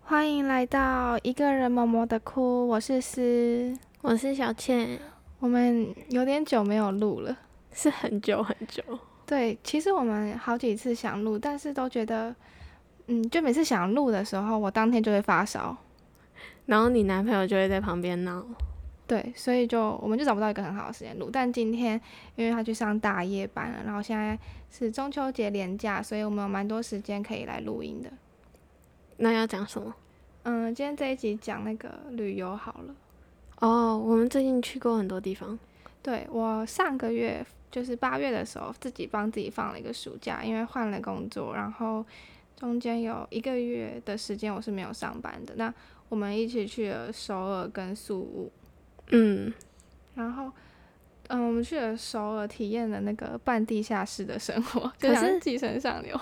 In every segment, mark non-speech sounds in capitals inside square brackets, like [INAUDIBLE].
欢迎来到一个人默默的哭，我是诗。我是小倩，我们有点久没有录了， [LAUGHS] 是很久很久，对，其实我们好几次想录，但是都觉得，嗯，就每次想录的时候，我当天就会发烧，然后你男朋友就会在旁边闹，对，所以就我们就找不到一个很好的时间录。但今天因为他去上大夜班了，然后现在是中秋节连假，所以我们有蛮多时间可以来录音的。那要讲什么？嗯，今天这一集讲那个旅游好了。哦，我们最近去过很多地方，对我上个月就是八月的时候，自己帮自己放了一个暑假，因为换了工作，然后中间有一个月的时间我是没有上班的。那我们一起去了首尔跟宿务，嗯，然后嗯，我们去了首尔，体验了那个半地下室的生活，就可像是寄生上流。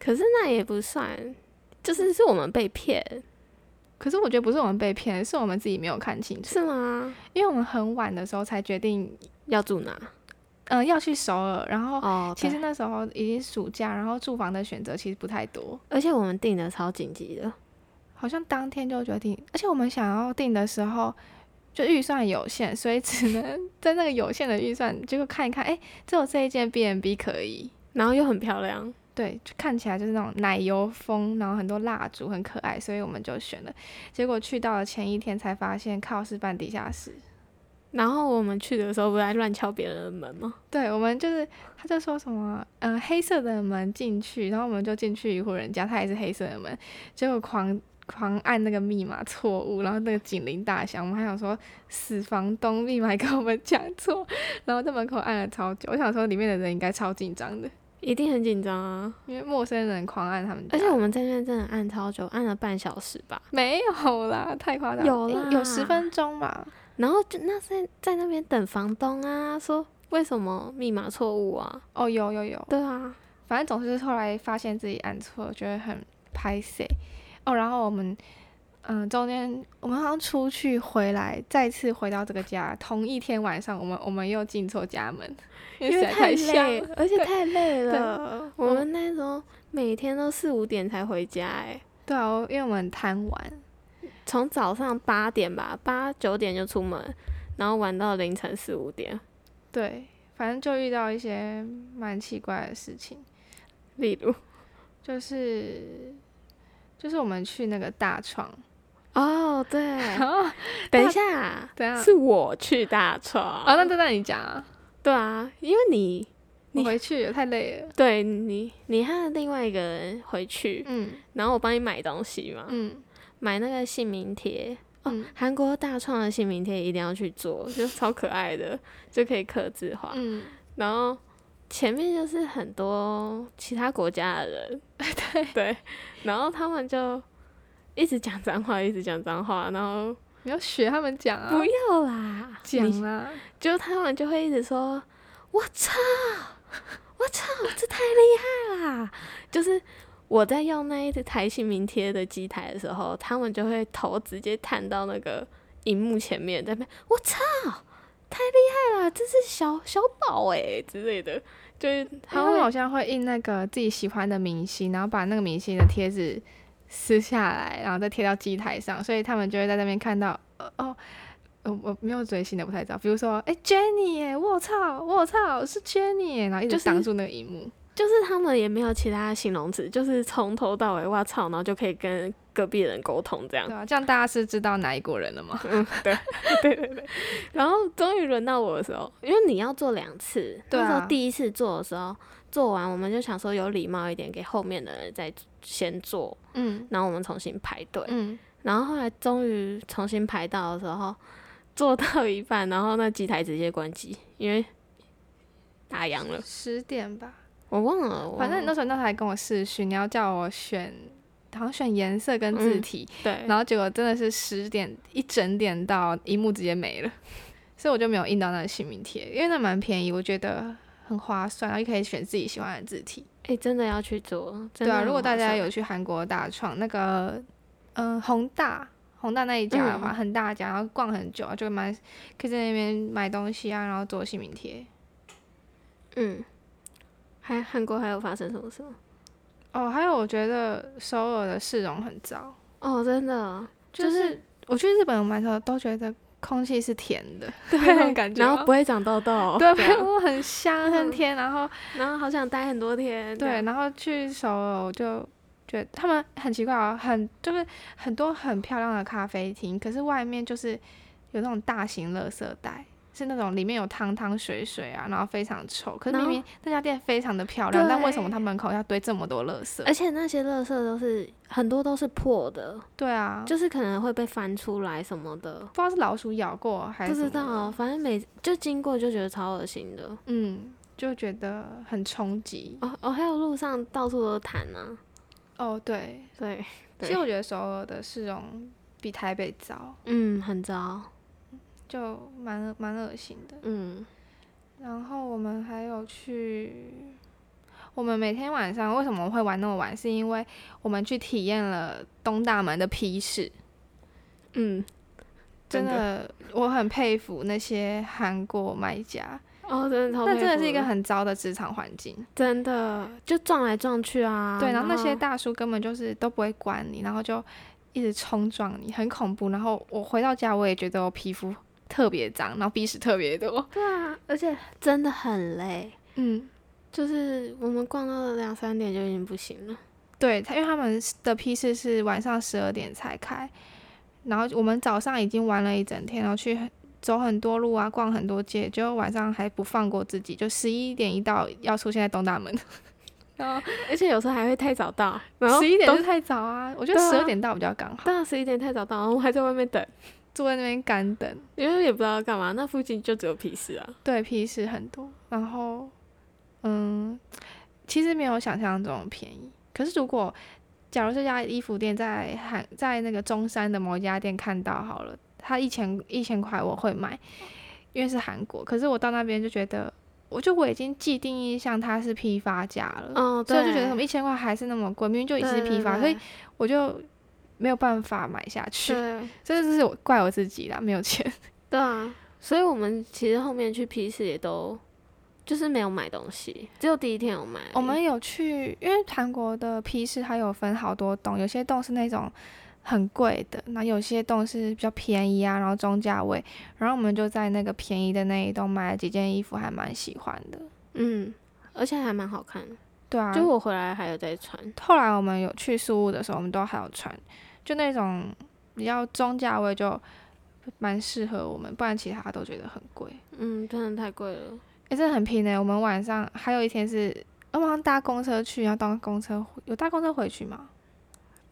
可是那也不算，就是是我们被骗，可是我觉得不是我们被骗，是我们自己没有看清楚，是吗？因为我们很晚的时候才决定，要住哪？嗯、要去首尔，然后哦，其其实实那时候已经暑假，然后住房的选择其实不太多，而且我们订的超紧急的，好像当天就决定，而且我们想要订的时候，就预算有限，所以只能 [LAUGHS] 在那个有限的预算，结果看一看，哎、只有这一件 B&B 可以。然后又很漂亮，对，就看起来就是那种奶油风，然后很多蜡烛，很可爱，所以我们就选了。结果去到了前一天才发现，靠是半地下室。然后我们去的时候不是还乱敲别人的门吗？对，我们就是，他就说什么，嗯、黑色的门进去，然后我们就进去一户人家，他也是黑色的门，结果狂狂按那个密码错误，然后那个警铃大响，我们还想说死房东密码跟我们讲错，然后在门口按了超久，我想说里面的人应该超紧张的，一定很紧张啊！因为陌生人狂按他们家，而且我们在那边真的按超久，按了半小时吧。没有啦，太夸张了，有诶啦有十分钟吧，然后就那在在那边等房东啊，说为什么密码错误啊？哦，有有有，对啊，反正总之后来发现自己按错，觉得很拍谁哦。然后我们嗯、中间我们好像出去回来，再次回到这个家，同一天晚上我们我们又进错家门，因因实为在太像 [LAUGHS] 累了。，而且太累对了。，我我们那时候每天都四五点才回家、欸，对啊，我因为我们贪玩，从早上八点吧，八九点就出门，然后玩到凌晨四五点。对，反正就遇到一些蛮奇怪的事情，例如就是就是我们去那个大创，哦，对，啊， [LAUGHS] 等一下，啊怎样？是我去大床啊，那就让你讲啊，对啊，因为你我你回去也太累了，对你你和另外一个人回去，嗯然后我帮你买东西嘛，嗯买那个姓名贴。哦嗯，韩国大创的姓名贴一定要去做，就超可爱的， [LAUGHS] 就可以刻字化。嗯，然后前面就是很多其他国家的人， [LAUGHS] 对对，然后他们就一直讲脏话，一直讲脏话，然后你要学他们讲啊，不要啦，你讲啊啦，就他们就会一直说，我操，我操，这太厉害啦！就是我在用那一台姓名贴的机台的时候，他们就会头直接探到那个荧幕前面，在那边我操，太厉害啦！这是小小宝哎、之类的，就是他他们 [LAUGHS] 会好像会印那个自己喜欢的明星，然后把那个明星的贴纸撕下来，然后再贴到机台上，所以他们就会在那边看到，呃哦。呃我没有追星的，不太知道。比如说，哎、j e n n y 哎，我操，我操，是 Jenny，耶然后一就直是挡住那个荧幕。就是他们也没有其他形容词，就是从头到尾哇操，然后就可以跟隔壁人沟通这样对。啊，这样大家是知道哪一国人了吗？对对对。然后终于轮到我的时候，因为你要做两次，对啊那时候第一次做的时候，做完我们就想说有礼貌一点，给后面的人再先做，嗯然后我们重新排队。嗯，然后后来终于重新排到的时候，做到一半，然后那机台直接关机，因为打烊了，十点吧，我忘了。我反正忘你了那时候那时候还跟我试训，你要叫我选，好像选颜色跟字嗯体，对，然后结果真的是十点一整点到，荧幕直接没了， [LAUGHS] 所以我就没有印到那个姓名贴，因为那蛮便宜，我觉得很划算，然后又可以选自己喜欢的字体。哎、真的要去做，真对的啊，很如果大划家算有去韩国大创那个，嗯、宏大宏大那一家的话，嗯很大家，然后逛很久啊，就蛮可以在那边买东西啊，然后做姓名贴。嗯，还韩国还有发生什么事吗？哦，还有我觉得首尔的市容很糟，哦，真的，就是我去日本玩的时候都觉得空气是甜的， [LAUGHS] 那种对，感觉然吗后不会长痘痘，啊对，这 [LAUGHS] 没样有很嗯香很甜，然后然后好想待很多天，这对，样，然后去首尔我就觉得他们很奇怪哦，很就是很多很漂亮的咖啡厅，可是外面就是有那种大型垃圾袋。是那种里面有汤汤水水啊，然后非常臭。可是然明后明那家店非常的漂亮，但为什么对哎它门口要堆这么多垃圾而？且那些垃圾都是很多都是破的，对啊，就是可能会被翻出来什么的，不知道是老鼠咬过还不是什知么的道，哦反正每就经过就觉得超恶心的。嗯，就觉得很冲击。哦哦，还有路上到处都痰啊，哦，对，对，其对实我觉得首尔的市容比台北糟，嗯，很糟，就蛮蛮恶心的。嗯，然后我们还有去，我们每天晚上为什么会玩那么晚？是因为我们去体验了东大门的批示，嗯，真真的的，我很佩服那些韩国卖家，哦，真的超那真的佩服是一个很糟的职场环境。真的就撞来撞去啊，对，然然后那些大叔根本就是都不会管你，然后就一直冲撞你，很恐怖。然后我回到家，我也觉得我皮肤特别脏，然后鼻屎特别多。对啊，而且真的很累，嗯，就是我们逛到两三点就已经不行了，对，他因为他们的批次是晚上十二点才开，然后我们早上已经玩了一整天，然后去很走很多路啊，逛很多街，就晚上还不放过自己，就十一点一到要出现在东大门。 [LAUGHS] 然后而且有时候还会太早到，然后十一点都就太早啊，我觉得对啊十二点到比较刚好，对啊，十一点太早到，然后我还在外面等，坐在那边干等。因为也不知道干嘛，那附近就只有皮市啊，对，批示很多，然后嗯，其实没有想象中便宜。可是如果假如这家衣服店在韩在那个中山的某一家店看到好了，它一千一千块我会买，因为是韩国。可是我到那边就觉得，我就我已经既定印象它是批发价了，哦，嗯所以对，我就觉得什么一千块还是那么贵，明明就已经是对批对发，对所以我就没有办法买下去。对所以这是我怪我自己啦，没有钱。对啊，所以我们其实后面去皮市也都就是没有买东西，只有第一天有买而已，我们有去，因为韩国的批市它有分好多栋，有些栋是那种很贵的，那有些栋是比较便宜啊，然后中价位。然后我们就在那个便宜的那一栋买了几件衣服，还蛮喜欢的。嗯，而且还蛮好看的，对啊，就我回来还有在穿，后来我们有去苏屋的时候，我们都还有穿，就那种比较中价位就蛮适合我们，不然其他都觉得很贵。嗯，真的太贵了，也是很拼的、欸我们晚上还有一天是，我们好像搭公车去，然后搭公车回有搭公车回去吗？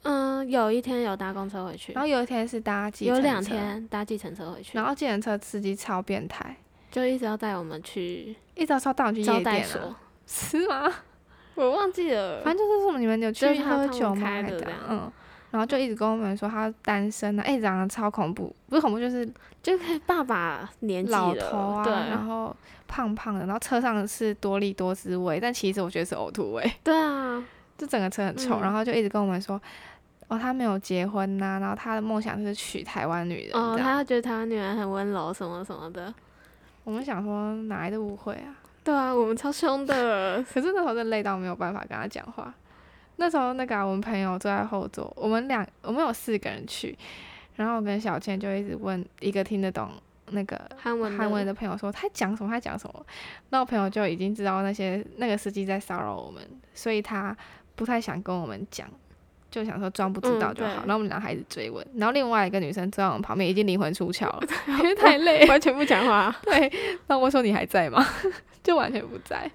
嗯，有一天有搭公车回去，然后有一天是搭计程有两车，天搭计程车回去，然后计程车司机超变态，就一直要带我们去一早超带我去招夜待店所，啊，是吗？我忘记了，反正就是什么你们有去就是他喝他们酒吗？还开的是怎这样样嗯，然后就一直跟我们说他单身啊，哎、长得超恐怖，不是恐怖就是就看爸爸年纪老了头啊，然对后胖胖的，然后车上是多利多滋味，但其实我觉得是呕吐味， [LAUGHS] 对啊，就整个车很臭，嗯然后就一直跟我们说。哦，他没有结婚呐、然后他的梦想就是娶台湾女人。哦，这样他要觉得台湾女人很温柔什么什么的，我们想说哪来的误会啊？，对啊，我们超凶的可是那时候真的累到没有办法跟他讲话。那时候那个啊、我们朋友坐在后座，我们两我们有四个人去，然后我跟小倩就一直问一个听得懂那个韩文韩文的朋友说他讲什么，他讲什么。那我朋友就已经知道那些那个司机在骚扰我们，所以他不太想跟我们讲，就想说装不知道嗯就好。对然后我们俩还一直追问，然后另外一个女生坐在我们旁边已经灵魂出窍 [LAUGHS] 了，[LAUGHS] 因为太累，哦完全不讲话。对，那我说你还在吗？ [LAUGHS] 就完全不在，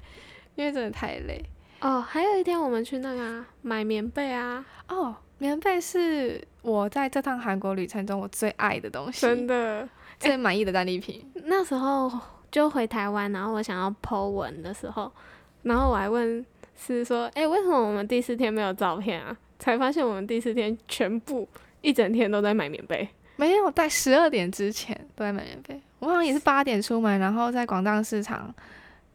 因为真的太累。哦，还有一天我们去那个、啊、买棉被啊，哦，棉被是我在这趟韩国旅程中我最爱的东西，真的， [LAUGHS] 最满意的战利品。那时候就回台湾，然后我想要 Po 文的时候，然后我还问是说，哎、为什么我们第四天没有照片啊？才发现我们第四天全部一整天都在买棉被，没有在十二点之前都在买棉被，我好像也是八点出门，然后在广藏市场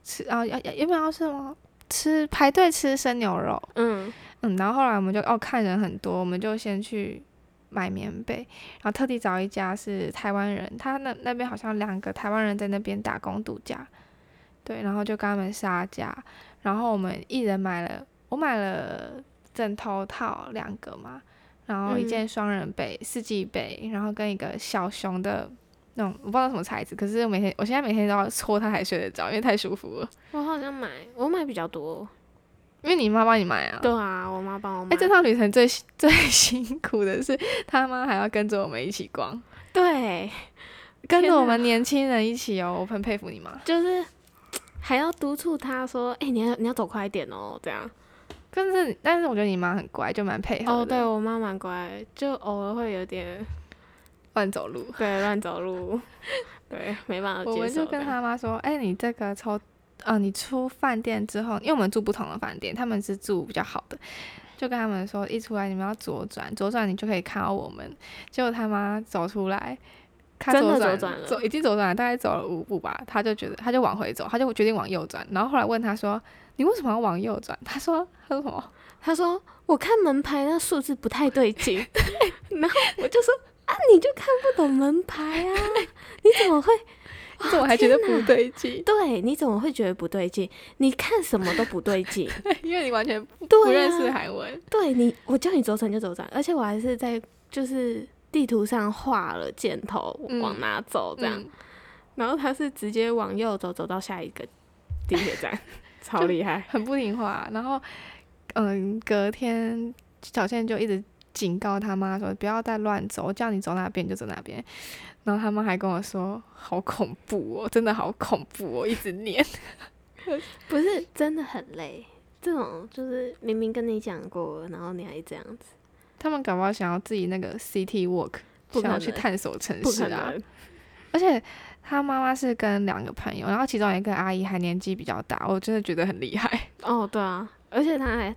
吃啊，要要原本要吃什么？吃排队吃生牛肉，嗯，嗯，然后后来我们就哦看人很多，我们就先去买棉被，然后特地找一家是台湾人，他那那边好像两个台湾人在那边打工度假，对，然后就跟他们杀价，然后我们一人买了，我买了枕头套两个嘛，然后一嗯件双人杯、四季杯，然后跟一个小熊的那种，我不知道什么材质，可是我每天我现在每天都要搓它才睡得着，因为太舒服了。我好像买，我买比较多。因为你妈帮你买啊。对啊，我妈帮我买。哎、这趟旅程最 [LAUGHS] 最辛苦的是他妈还要跟着我们一起逛，对，跟天着我哪们年轻人一起哦，我很佩服你妈。就是还要督促她说：“哎、你要你要走快一点哦。”这样。但是但是我觉得你妈很乖，就蛮配合哦，的。对我妈蛮乖，就偶尔会有点乱走路。对乱走路， [LAUGHS] 对没办法接受我的。们就跟他妈说，哎、你这个抽，呃，你出饭店之后，因为我们住不同的饭店，他们是住比较好的，就跟他们说，一出来你们要左转，左转你就可以看到我们。结果他妈走出来，他真的左左转了走已经左转了，大概走了五步吧，他就觉得他就往回走，他就决定往右转。然后后来问他说，你为什么要往右转？他说他说什么？ [LAUGHS] 他说：“我看门牌那数字不太 [LAUGHS] 对劲。”然后我就说：“啊，你就看不懂门牌啊？你怎么会？你怎么还觉得不对劲？ [LAUGHS] 对，你怎么会觉得不对劲？你看什么都不对 [LAUGHS] 劲。因为你完全不对、啊，不认识韩文。对你，我叫你左转就左转，而且我还是在就是地图上画了箭头嗯往哪走这样，嗯然后他是直接往右走，走到下一个地铁 [LAUGHS] 站，超就厉害。很不听话。然后，嗯，隔天小倩就一直警告他妈说不要再乱走，叫你走哪边你就走哪边。然后他妈还跟我说好恐怖哦，真的好恐怖哦，一直念。 [LAUGHS] 不是真的很累，这种就是明明跟你讲过，然后你还这样子，他们搞不好想要自己那个 city walk，不可想要能去探索城不市可啊。能。而且他妈妈是跟两个朋友，然后其中一个阿姨还年纪比较大，我真的觉得很厉害。哦，对啊，而且他还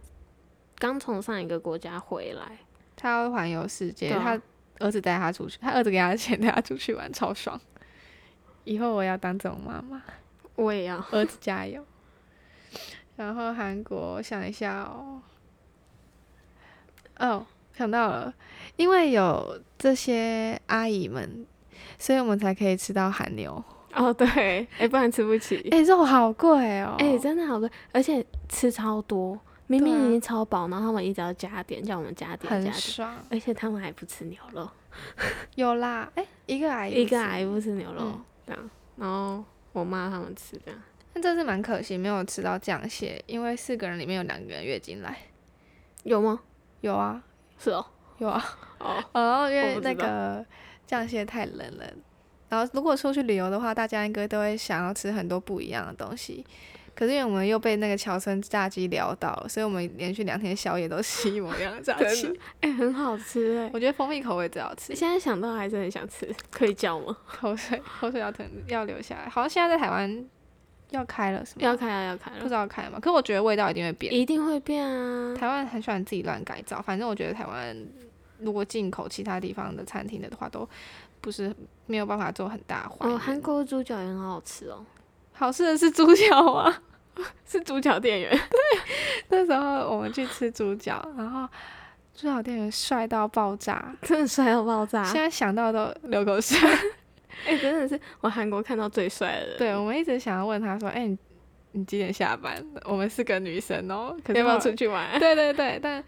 刚从上一个国家回来，她要环游世界，对啊她儿子带她出去，她儿子给她钱带她出去玩，超爽。以后我要当这种妈 [LAUGHS] 妈。我也要。儿子加油。然后韩国，我想一下哦，哦，想到了，因为有这些阿姨们，所以我们才可以吃到韩牛。哦，对，哎、不然吃不起。 [LAUGHS] 哎、肉好贵哦！哎、真的好贵，而且吃超多，明对啊明已经超饱，然后他们一直要加点，叫我们加点加很点，爽。而且他们还不吃牛肉，有啦，哎、一个阿姨， [LAUGHS] 一个阿姨，不吃牛肉，嗯这样，然后我妈他们吃这样，那真是蛮可惜，没有吃到酱蟹，因为四个人里面有两个人月经来。有吗？有啊，是哦，有啊。哦，哦，因为我不那知道个酱蟹太冷了。然后如果出去旅游的话，大家应该都会想要吃很多不一样的东西。可是因为我们又被那个乔森炸鸡撩到了，所以我们连续两天宵夜都吃一模一样的炸鸡 [LAUGHS] 真。哎、很好吃哎、我觉得蜂蜜口味最好吃，现在想到还是很想吃，可以叫吗？口水口水要疼要流下来。好像现在在台湾要开了，是吗？要开了，要开不知道了，开吗？可是我觉得味道一定会变。一定会变啊！台湾很喜欢自己乱改造，反正我觉得台湾如果进口其他地方的餐厅的话，都不是没有办法做很大还哦，原韩国猪脚也很好吃哦，好吃的是猪脚啊！是猪脚店员， [LAUGHS] [LAUGHS] 那时候我们去吃猪脚，然后猪脚店员帅到爆炸，真的帅到爆炸！现在想到都流口 [LAUGHS] 水。哎、真的是我韩国看到最帅的人。对，我们一直想要问他说：“哎、你你几点下班？”我们是个女生哦，可是要不要我出？去玩？ [LAUGHS] 对对对，但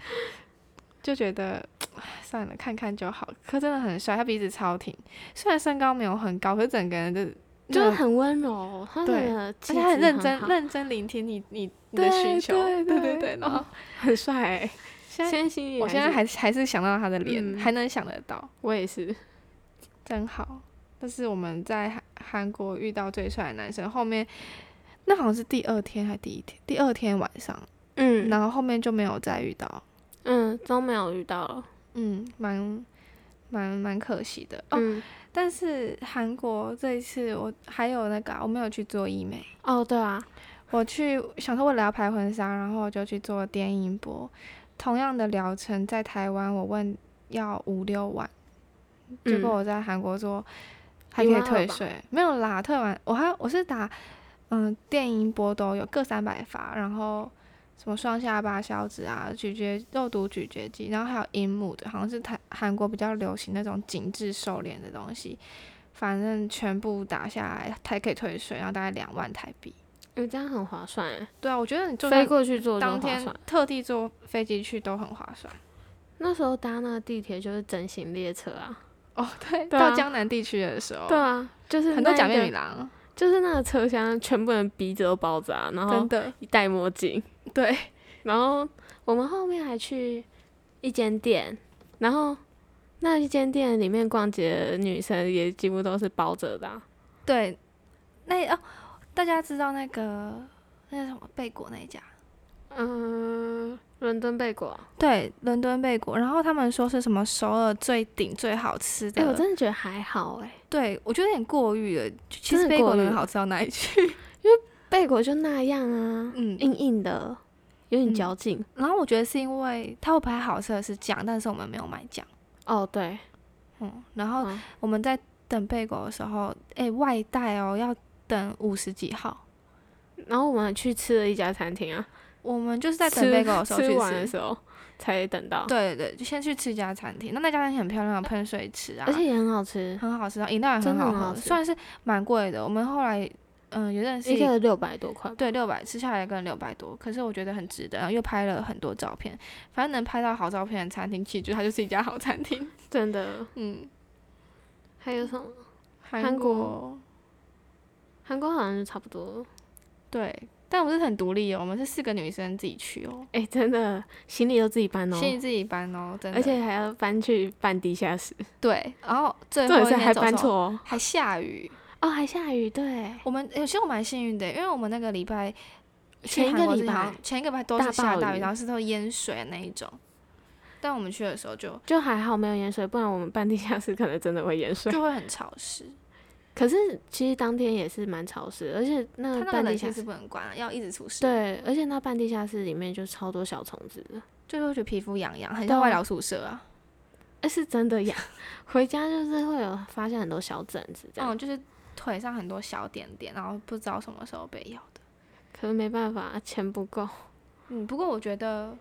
就觉得算了，看看就好。可真的很帅，他鼻子超挺，虽然身高没有很高，可是整个人就是就是那种很温柔，他对的而且气质他很认好真认真聆听你你你的需对求，对对对哦对，然后很帅欸、现在 [LAUGHS] 现在心里我现在是还是还是想到他的脸，嗯还能想得到，我也是，真好。这是我们在韩韩国遇到最帅的男生，后面那好像是第二天还第一天，第二天晚上，嗯然后后面就没有再遇到，嗯都没有遇到了，嗯，蛮蛮蛮可惜的哦。嗯但是韩国这一次我还有那个啊、我没有去做医美，哦对啊，我去想说为了要拍婚纱，然后我就去做电音波，同样的疗程在台湾我问要五六万。结果嗯我在韩国做还可以退税，没有啦，退完我还我是打嗯电音波都有各三百发，然后什么双下巴消脂啊、咀嚼肉毒咀嚼肌，然后还有樱木的，好像是台韩国比较流行那种紧致瘦脸的东西，反正全部打下来还可以退税，然后大概两万台币。嗯这样很划算欸，对啊，我觉得你就飞算过去做就当划天算。特地坐飞机去都很划算。那时候搭那个地铁就是整形列车啊，哦，对，对啊到江南地区的时候，对啊，就是很多那一假面个女郎，就是那个车厢全部人鼻子都包着啊，然后真的，戴墨 [LAUGHS] 镜，对，然后我们后面还去一间店，然后那一间店里面逛街的女生也几乎都是包着的啊、对，那哦，大家知道那个那个什么贝果那一家，嗯，伦敦贝果啊，对，伦敦贝果，然后他们说是什么首尔最顶最好吃的，哎、我真的觉得还好哎、对我觉得有点过誉了，就其真实的贝过果誉能好吃到哪里去？ [LAUGHS] 贝果就那样啊，嗯，硬硬的，有点嚼劲。然后我觉得是因为它会排好吃的是酱，但是我们没有买酱，哦，对，嗯，然后嗯我们在等贝果的时候，哎，外带哦要等五十几号，然后我们还去吃了一家餐厅啊，我们就是在等吃贝果的时候去吃完哦的吃。时候才等到，对对，就先去吃一家餐厅，那那家餐厅很漂亮，有喷水池啊，而且也很好吃，很好吃啊，饮料也真很的好很好喝，吃虽然是蛮贵的。我们后来嗯有认识一个六百多块吧，对六百吃下来跟六百多，可是我觉得很值得，然后又拍了很多照片。反正能拍到好照片的餐厅，其实就它就是一家好餐厅。真的。嗯，还有什么？韩韩国国韩国好像就差不多。对，但我们是很独立哦，我们是四个女生自己去哦，哎、真的，行李都自己搬哦，行李自己搬哦，真的。而且还要搬去搬地下室，对，然后最重后点一是天还走的时搬候错哦，还下雨。哦，还下雨，对，我们有些我蛮幸运的，因为我们那个礼拜去前一韩个国礼之前好拜像前一个礼拜都大是下暴大雨，雨然后是都淹水的那一种。但我们去的时候就就还好没有淹水，不然我们搬地下室可能真的会淹水。就会很潮湿，可是其实当天也是蛮潮湿，而且它那那个个半地冷下气室是，不能关啊，要一直除湿。，对，而且那半地下室里面就超多小虫子的， [LAUGHS] 就会觉得皮肤痒痒，很对像外啊劳宿舍啊。哎、是真的痒， [LAUGHS] 回家就是会有发现很多小疹子这样，嗯，就是腿上很多小点点，然后不知道什么时候被咬的。可是没办法，钱不够，嗯，不过我觉得，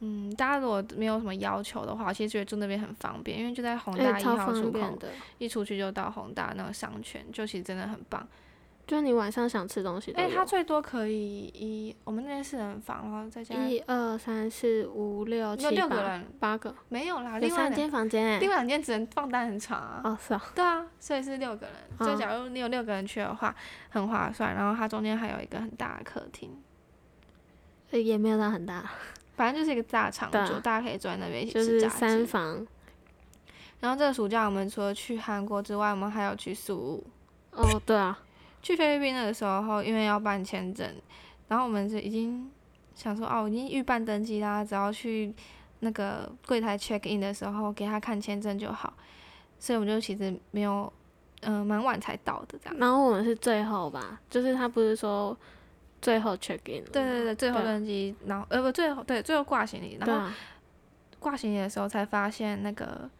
嗯，大家如果没有什么要求的话，我其实觉得住那边很方便，因为就在宏哎、大一超号出口方便，的。一出去就到宏大那个商圈，就其实真的很棒。就你晚上想吃东西都哎，有，它最多可以一，我们那边四人房，然后再加一二三四五六有七六个八人，八个，没有啦，有另外三两间房间另哎。外两间只能放单人床啊。哦，是哦，对啊，所以是六个人。所以嗯假如你有六个人去的话，很划算。然后它中间还有一个很大的客厅，呃也没有到很大，反正就是一个大长对啊桌，大家可以坐在那边一起就吃炸是鸡。三房。然后这个暑假，我们除了去韩国之外，我们还有去苏武。哦，对啊，去菲律宾的时候，因为要办签证，然后我们是已经想说，哦，我已经预办登机啦，只要去那个柜台 check in 的时候给他看签证就好。所以我们就其实没有，嗯、蛮晚才到的这样。然后我们是最后吧，就是他不是说最后 check in 了吗对对对，最后对啊登机，然后呃不，最后对最后挂行李，然对后啊，挂行李的时候才发现那个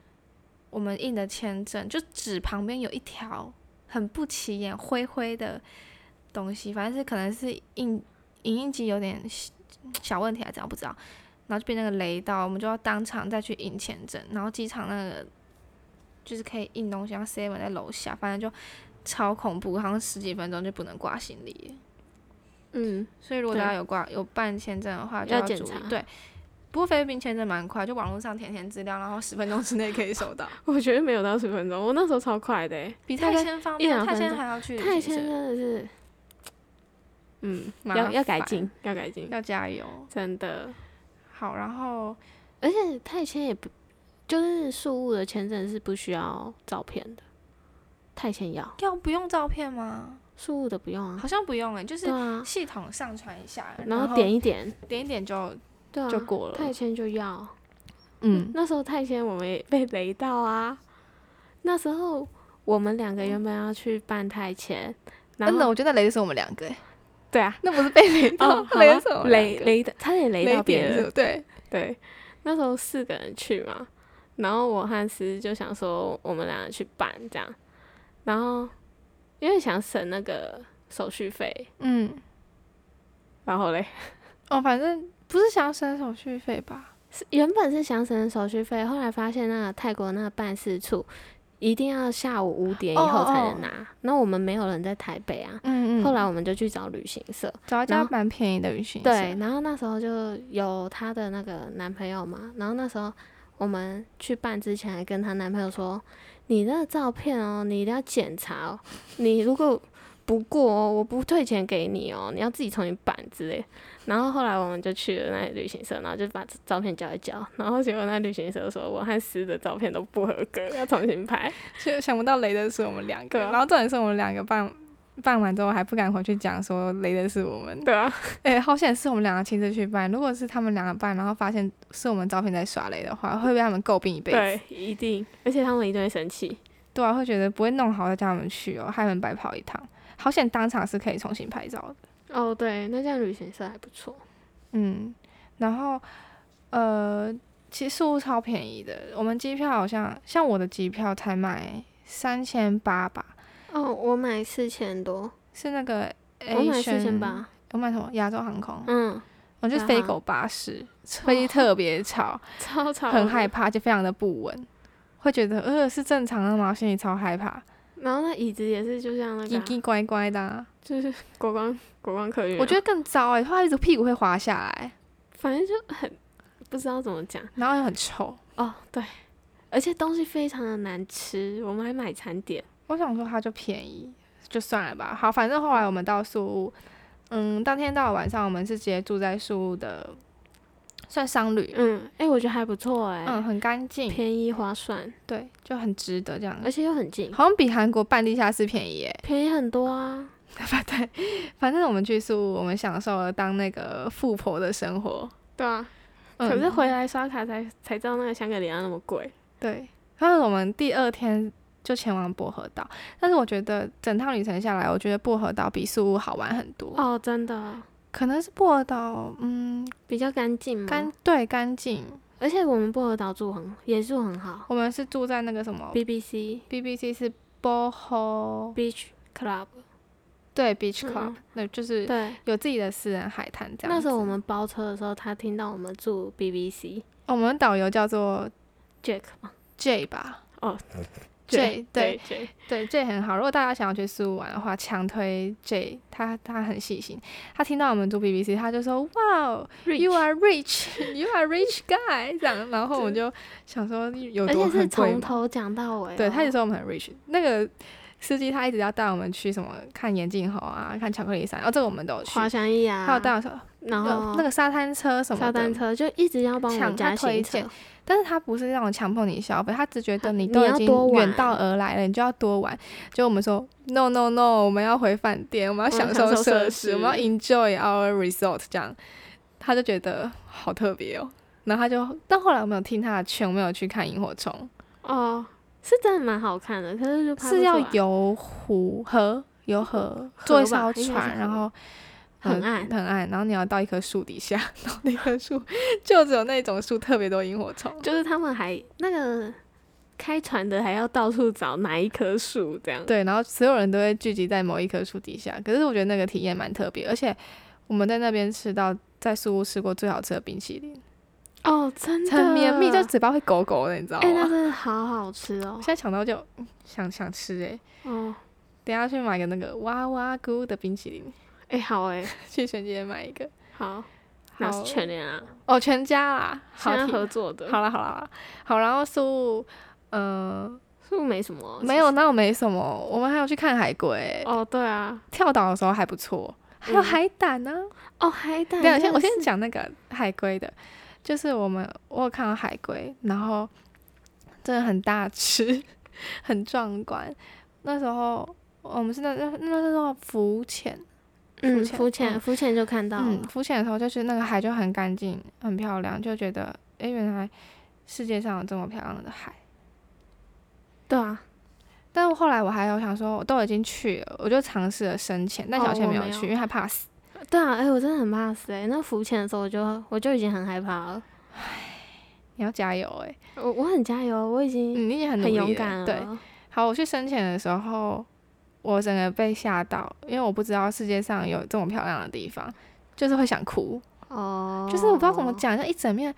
我们印的签证，就纸旁边有一条很不起眼灰灰的东西，反正是可能是印影印机有点小小问题还是怎样，不知道，然后就被那个雷到，我们就要当场再去印签证，然后机场那个就是可以印东西，然后 seven 在楼下，反正就超恐怖，好像十几分钟就不能挂行李了。嗯，所以如果大对家有挂有办签证的话，就要注检意。查对，不过菲律宾签证蛮快，就网络上填填资料，然后十分钟之内可以收 [LAUGHS] 到。我觉得没有到十分钟，我那时候超快的欸，比大泰概签方一便，两泰分签钟还要去泰旅行签真社的是，嗯，麻要要改烦进，要改进，要加油。真的。好，然后而且泰签也不，就是宿务的签证是不需要照片的，泰签要，要不用照片吗？宿务的不用啊好，像不用哎、就对是啊，系统上传一下，然后后点一点，点一点就对啊，就过了。泰签就要。嗯，那时候泰签我们也被雷到啊，那时候我们两个原本要去办泰签，然真的，后我觉得雷的是我们两个、欸，对啊， [LAUGHS] 那不是被雷到，哦，好雷吧的是我们雷两个雷的，差点雷到雷别点人是，对，对，那时候四个人去嘛，然后我和思就想说我们两个去办这样，然后因为想省那个手续费，嗯，然后嘞，哦，反正不是想省手续费吧？是原本是想省手续费，后来发现那个泰国那个办事处一定要下午五点以后才能拿，那我们没有人在台北啊。嗯后来我们就去找旅行社，找一然家后蛮便宜的旅行社。对，然后那时候就有她的那个男朋友嘛，然后那时候我们去办之前还跟她男朋友说，你那个照片哦，你一定要检查哦，你如果不过哦，我不退钱给你哦，你要自己重新办之类。然后后来我们就去了那旅行社，然后就把照片交一交，然后结果那旅行社说我和诗的照片都不合格，要重新拍。 [LAUGHS] 就想不到雷的是我们两个，对啊然后重点是我们两个办办完之后还不敢回去讲说雷的是我 [LAUGHS] 们，对啊，哎、好险是我们两个亲自去办，如果是他们两个办，然后发现是我们照片在耍雷的话，会被他们诟病一辈子。对，一定，而且他们一定会生气。对啊，会觉得不会弄好再叫他们去哦，害他们白跑一趟。好险当场是可以重新拍照的。哦，对，那这样旅行社还不错。嗯，然后呃，其实宿务超便宜的，我们机票好像像我的机票才买三千八吧，哦，我买四千多，是那个我买四千 Asian- 八。我买什么亚洲航空，嗯，我就亚是飞航狗巴士，飞机特别吵， [LAUGHS] [LAUGHS] 超吵，很害。怕，就非常的不稳，会觉得呃是正常的吗？心里超害怕，然后那椅子也是就像那个叽啊、叽乖乖的啊、就是国光国光客运啊，我觉得更糟哎、欸，它一直屁股会滑下来，反正就很不知道怎么讲然后又很臭。哦，对，而且东西非常的难吃，我们还买餐点，我想说它就便宜，就算了吧。好，反正后来我们到宿务，嗯，当天到了晚上，我们是直接住在宿务的，算商旅，嗯，哎、我觉得还不错哎、嗯，很干净，便宜划算，对，就很值得这样。而且又很 [LAUGHS] 近，好像比韩国半地下室便宜诶、便宜很多啊， [LAUGHS] 反正我们去宿务，我们享受了当那个富婆的生活。对啊，嗯 [LAUGHS] 可是回来刷卡才才知道那个香格里拉那么贵，对，然后我们第二天就前往薄荷岛，但是我觉得整趟旅程下来，我觉得薄荷岛比宿务好玩很多。哦，真的可能是薄荷岛，嗯，比较干净嘛，干对干净。而且我们薄荷岛住很也住很好我们是住在那个什么，BBC BBC 是 Boho Beach Club，嗯对 Beach Club，嗯那、就是对。有自己的私人海滩这样那子。时候我们包车的时候，他听到我们住 BBC 我们导游叫做 Jack 嘛 J 吧。哦 J 对对对，对 J 很好，如果大家想要去苏玩的话，强推 J，他他很细心。他听到我们住 BBC，他就说：“哇哦 Rich ，You are rich, [LAUGHS] You are rich guy。”这 [LAUGHS] 样，然后我们就想说有而多且是很贵从吗？头讲到尾哦、对，他就说我们很 rich。那个司机他一直要带我们去什么看眼镜猴啊，看巧克力山，哦，这个我们都有去。滑翔翼啊，还有带我说然后有那个沙滩车什么沙的，滩车就一直要帮我抢们加他推行程荐，，但是他不是让我强迫你消费，他只觉得他你你都已要经多玩远道而来了，你就要多玩。就我们说 no no no，我们要回饭店，我们要我享们嗯享受受设设施，施我们要 enjoy our resort 这样，他就觉得好特别哦。然后他就，但后来我没有听他的劝，我没有去看萤火虫，哦，是真的蛮好看的，可是就拍不是要出来游湖河游河，坐一河吧艘应该是船，河然后很呃暗很暗，然后你要到一棵树底下， [LAUGHS] 然后那棵树就只有那种树特别多萤火虫，就是他们还那个开船的还要到处找哪一棵树这样，对，然后所有人都会聚集在某一棵树底下。可是我觉得那个体验蛮特别，而且我们在那边吃到在苏屋吃过最好吃的冰淇淋，哦，真的很绵密，就嘴啊巴会狗狗的，你知道哎、那吗？真的好好吃哦我，现在想到就嗯想想吃诶、哦，等一下去买个那个哇哇咕的冰淇淋，哎、好哎、去全街买一个。 [LAUGHS] 好，那欸好是全年啊，哦，全家啦，好现在体合作的，好啦好啦好啦好，然后苏屋，嗯、是不是没什么，啊没有，那我没什么，我们还有去看海龟、欸哦，对啊，跳岛的时候还不错，还有嗯海胆呢、啊哦，海胆，对，我先我真先的是讲那个海龟的，就是我们我有看到海龟，然后真的很大只， [LAUGHS] 很壮观。那时候我们是那那那时候浮潜，嗯，浮浮潜潜，浮潜就看到了，嗯，浮潜的时候就是那个海就很干净、很漂亮，就觉得诶，原来世界上有这么漂亮的海。对啊，但是后来我还有想说，我都已经去了，我就尝试了深潜，但哦小倩我没有没去，有因为她怕死。对啊，哎、我真的很怕死哎、那浮潜的时候，我就我就已经很害怕了。你要加油诶，我我很加油，我已经你已经嗯很努很力勇了敢了。对，好，我去深潜的时候，我整个被吓到，因为我不知道世界上有这么漂亮的地方，就是会想哭，哦，就是我不知道怎么讲，就一整面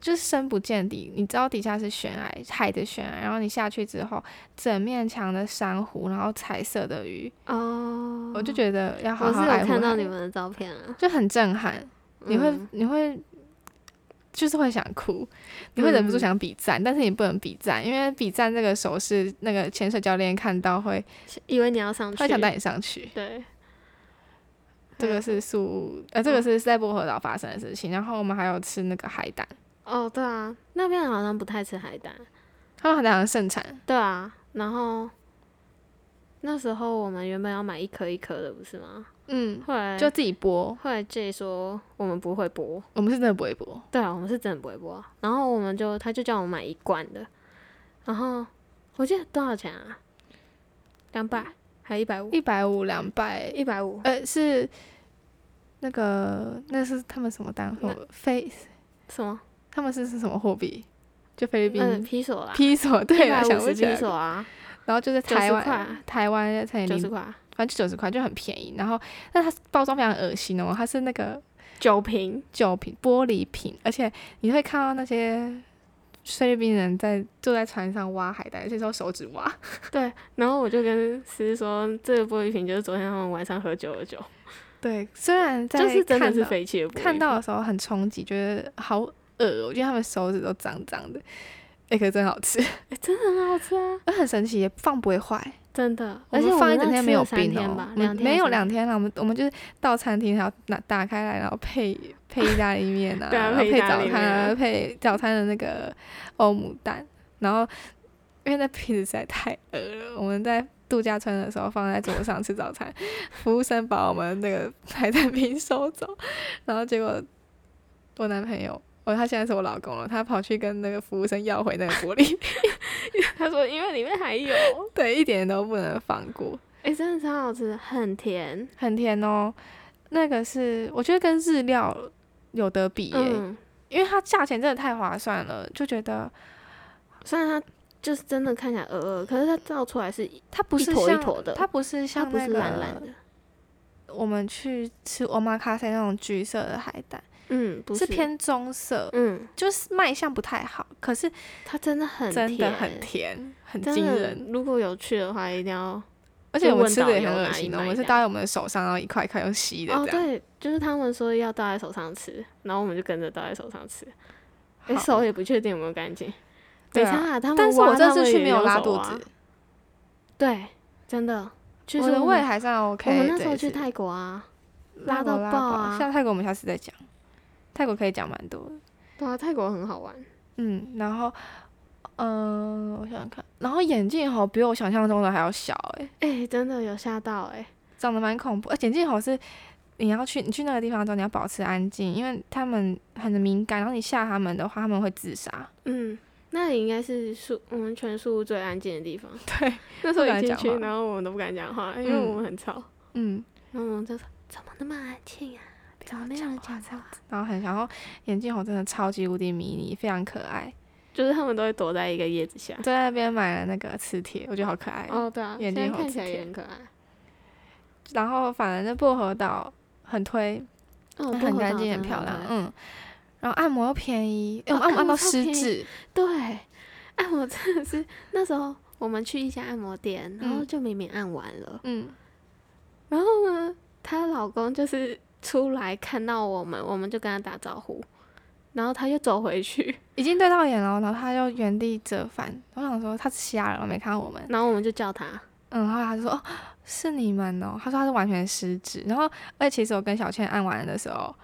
就是深不见底，你知道底下是悬崖，海的悬崖，然后你下去之后，整面墙的珊瑚，然后彩色的鱼，哦。我就觉得要好我是好爱有护看到海你们的照片啊，就很震撼，你会、嗯你会就是会想哭，你会忍不住嗯想比赞，但是你不能比赞，因为比赞这个手势，那个潜水教练看到会以为你要上去，嗯会想带你上去。对，这个是宿，呃，嗯这个是在薄荷岛发生的事情。然后我们还有吃那个海胆，哦，对啊，那边好像不太吃海胆，他们海胆好像盛产，对啊，然后那时候我们原本要买一颗一颗的，不是吗？嗯，后来就自己剥，后来 J 说我们不会剥，我们是真的不会剥，对啊，我们是真的不会剥啊，然后我们就他就叫我买一罐的，然后我记得多少钱啊？两百嗯还一百五？一百五、两百，一百五？呃，是那个那是他们什么单那货？菲，什么？他们是是什么货币？就菲律嗯，宾披索啦，披索，对百啊，想五不十起披来。索啊，然后就在台90块湾，台湾才九十零，块，反正就九十块就很便宜。然后，但它包装非常恶心哦，它是那个酒瓶，酒瓶、玻璃瓶，而且你会看到那些菲律宾人在坐在船上挖海带，而且是用手指 [LAUGHS] 挖，对，然后我就跟思思说，这个玻璃瓶就是昨天他们晚上喝酒的酒，对，虽然在就是真的看是到废弃的玻璃瓶看到的时候很冲击，觉得好恶哦，我觉得他们手指都脏脏的。哎、可是真好吃， [LAUGHS] 欸 [LAUGHS] 真的很好吃啊，而且很神奇，放不会坏，真的。我而且们我放一们整那天吃没有了三冰天哦吧，，我们两天没有还是两天了，我们我们就是到餐厅，然后拿打开来，然后配配意大利面啊， [LAUGHS] 对啊然后配配意大早利餐啊，面配早餐的那个欧姆蛋，然后因为那瓶子实在太饿了，我们在度假村的时候放在桌上吃早餐，服务生把我们那个海带瓶收走，然后结果我男朋友。哦，他现在是我老公了，他跑去跟那个服务生要回那个玻璃 [LAUGHS] 瓶，他说因为里面还 [LAUGHS] 有，对，一点都不能放过。哎、真的超好吃，很甜。很甜哦。那个是我觉得跟日料有得比耶、嗯，因为它价钱真的太划算了，就觉得虽然它就是真的看起来鹅鹅，可是它造出来是一它不是像一坨一坨的它不是它像不那是个蓝蓝的，我们去吃 omakase 那种橘色的海胆，嗯，不是偏棕色，嗯，就是卖相不太好，可是它真的很真的甜欸很甜，很真惊的人。如果有去的话，一定要而且我们问吃的导也很游恶哪心里的，买我们是这样搭在我们的手上，然后一块一块用吸的哦，这样。对，就是他们说要倒在手上吃，然后我们就跟着倒在手上吃。哎、好手也不确定有没有干净，对没啊差啊。他们但是挖我这他次们去也没有用拉手肚挖子，对，真的，就是我的们胃还算 OK 我这一们次。那时候去泰国啊，泰拉国到拉爆啊像泰国我们下次再讲，泰国可以讲蛮多的。对啊，泰国很好玩。嗯，然后，嗯、我想想看，然后眼镜猴比我想象中的还要小、欸，哎、真的有吓到哎、长得蛮恐怖。而且呃眼镜猴是你要去你去那个地方的时候，你要保持安静，因为他们很敏感，然后你吓他们的话，他们会自 [LAUGHS] 杀。嗯，那里应该是宿我们全宿最安静的地方。对，那时候不敢一进讲去话，然后我们都不敢讲话，因为我嗯们很吵。嗯，然后我们就说怎么那么安静啊，怎么没有人讲话？然后很小，然后眼镜猴真的超级无敌迷你，非常可爱。就是他们都会躲在一个叶子下。在那边买了那个磁铁，我觉得好可爱。哦，对啊，眼现在睛好看刺起来也贴很可爱。然后反正那薄荷岛很推，哦，薄很荷干岛净，很真的漂可亮，爱。嗯。然后按摩又便宜，哎、我哦们按摩按按到摩超失便宜智，对，按摩真的是那时候我们去一家按摩店，然后嗯就明明按完了，嗯，然后呢，她老公就是出来看到我们，我们就跟他打招呼，然后他又走回去，已经对到眼了，然后他就原地折返。我想说他是瞎了，没看到我们。然后我们就叫他，嗯，然后他就说哦，是你们哦。他说他是完全失职。然后，而且其实我跟小倩按完的时候，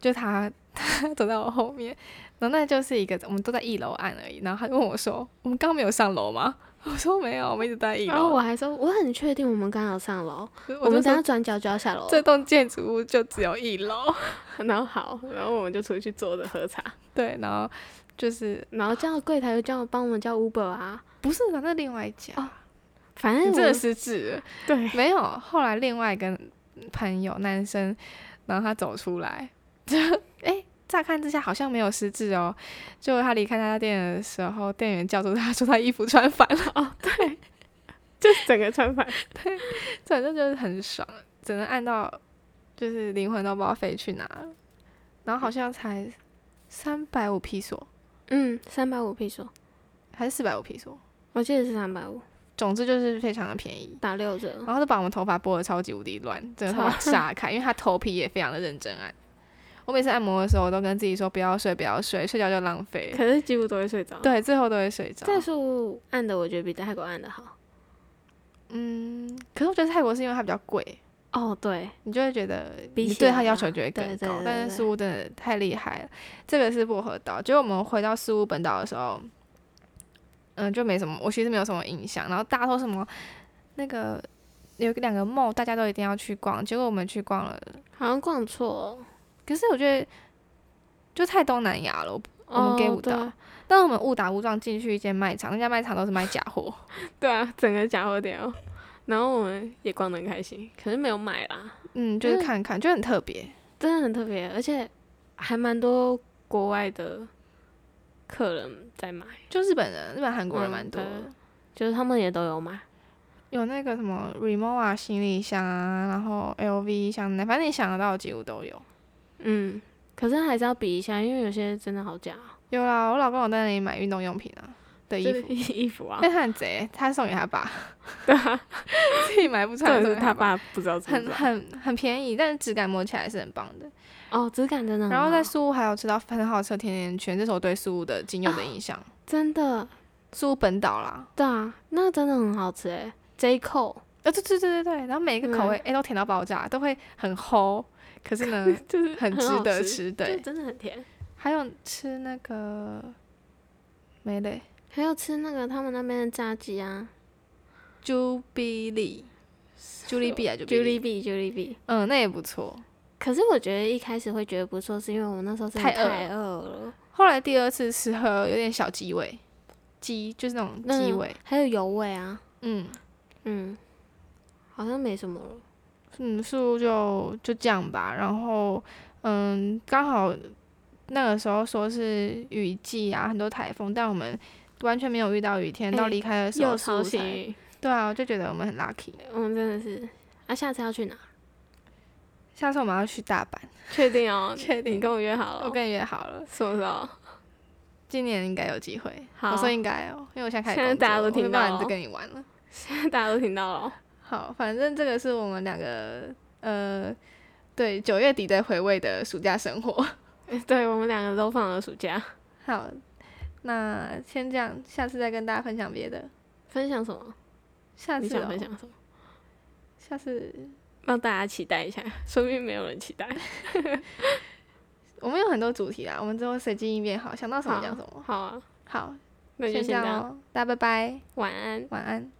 就他他走在我后面，然后那就是一个我们都在一楼按而已。然后他就问我说，我们刚刚没有上楼吗？我说没有，我们一直在一然后楼。我还说我很确定我们刚好上楼，我我就们等说下转角就要下楼这了，栋建筑物就只有一楼，然后好，然后我们就出去坐着喝茶，对，然后就是然后叫柜台又叫帮我们叫 Uber 啊，不是的，那另外一家，哦反正 [LAUGHS] 你我真的们失职了。嗯对。没有，后来另外一个朋友男生，然后他走出来，就哎、乍看之下好像没有失智哦，结果他离开那家店的时候，店员叫住他说他衣服穿反了， [LAUGHS] 就整个穿反。反正就是很爽，只能按到就是灵魂都不知道飞去哪了，然后好像才三百五披索嗯，三百五披索，还是四百五披索，我记得是三百五，总之就是非常的便宜。打六折。然后就把我们头发拨得超级无敌乱，整个头发炸开，因为他头皮也非常的认真按。我每次按摩的时候，我都跟自己说不要睡，不要睡，睡觉就浪费。可是几乎都会睡着。，对，最后都会睡着。战术按的我觉得比泰国按的好。嗯，可是我觉得泰国是因为它比较贵，哦，对，你就会觉得比你起对来它要啊求就会更高。对对对但对是苏屋真的太厉害了，这个是薄荷岛。就我们回到苏屋本岛的时候，嗯，就没什么，我其实没有什么印象。然后大家说什么那个有两个梦，大家都一定要去逛，结果我们去逛了。好像逛错。可是我觉得就太东南亚了，我不我们给哦五对道啊但我们误打误撞进去一间卖场，那家卖场都是卖假 [LAUGHS] 货。对啊，整个假货店哦。然后我们也逛得很开心，可是没有买啦，嗯，就是嗯看看，就很特别。真的很特别，而且还蛮多国外的客人在买，就日本人、日本、韩国人嗯蛮多的，对就是他们也都有买。有那个什么 Remova 行李箱啊，然后 LV 箱，反正你想得到的几乎都有。嗯，可是还是要比一下，因为有些真的好假、哦。有啦，我老公有在那里买运动用品啊 [LAUGHS] 的衣就是服，衣服啊 [LAUGHS] 因，为他很贼，他送给他爸，对啊， [LAUGHS] 自己买不重穿，点送是给他爸，爸不知道怎啊么很做很很便宜，但是质感摸起来是很棒的。哦，质感真的很好。然后在苏屋还有吃到很好吃的甜甜圈，这是我对苏屋的仅有的印象。真的，苏屋本岛啦，对啊，那真的很好吃诶。J Cole 呃，对对对对对，然后每一个口味哎、诶都甜到爆炸，都会很齁，可是呢就是很值好得吃，吃。就对，真的很甜。还有吃那个没嘞还有吃那个他们那边的炸鸡啊 Jubilee Jubilee 哦啊 Jubilee， ，Julie B，Julie 嗯，那也不错。可是我觉得一开始会觉得不错，是因为我那时候真的太饿太饿了，后来第二次吃喝有点小鸡味，鸡就是那种那鸡味，还有油味啊，嗯嗯，好像没什么了。嗯，素就就这样吧。然后嗯，刚好那个时候说是雨季啊，很多台风，但我们。完全没有遇到雨天，诶到离开的时候，超苏屋才雨，对啊，我就觉得我们很 lucky。我们真的是。啊，下次要去哪？下次我们要去大阪，确定哦，确定你跟我约好了。我跟你约好了，什么时候？今年应该有机会。好我说应该哦，因为我现在开始现在工作大家都了听我没办法到哦再跟你玩了。大家都听到了哦。好，反正这个是我们两个呃，对九月底在回味的暑假生活。[LAUGHS] [LAUGHS] 对我们两个都放了暑假，好，那先这样，下次再跟大家分享别的。分享什么？下你次、想哦分、享什么？下次让大家期待一下，说不定没有人期待。我们有很多主题啊，我们之后随机应变好，想到什么好讲什么。好啊，好，那就先这先样哦这样，哦，大家拜拜，晚安。晚安。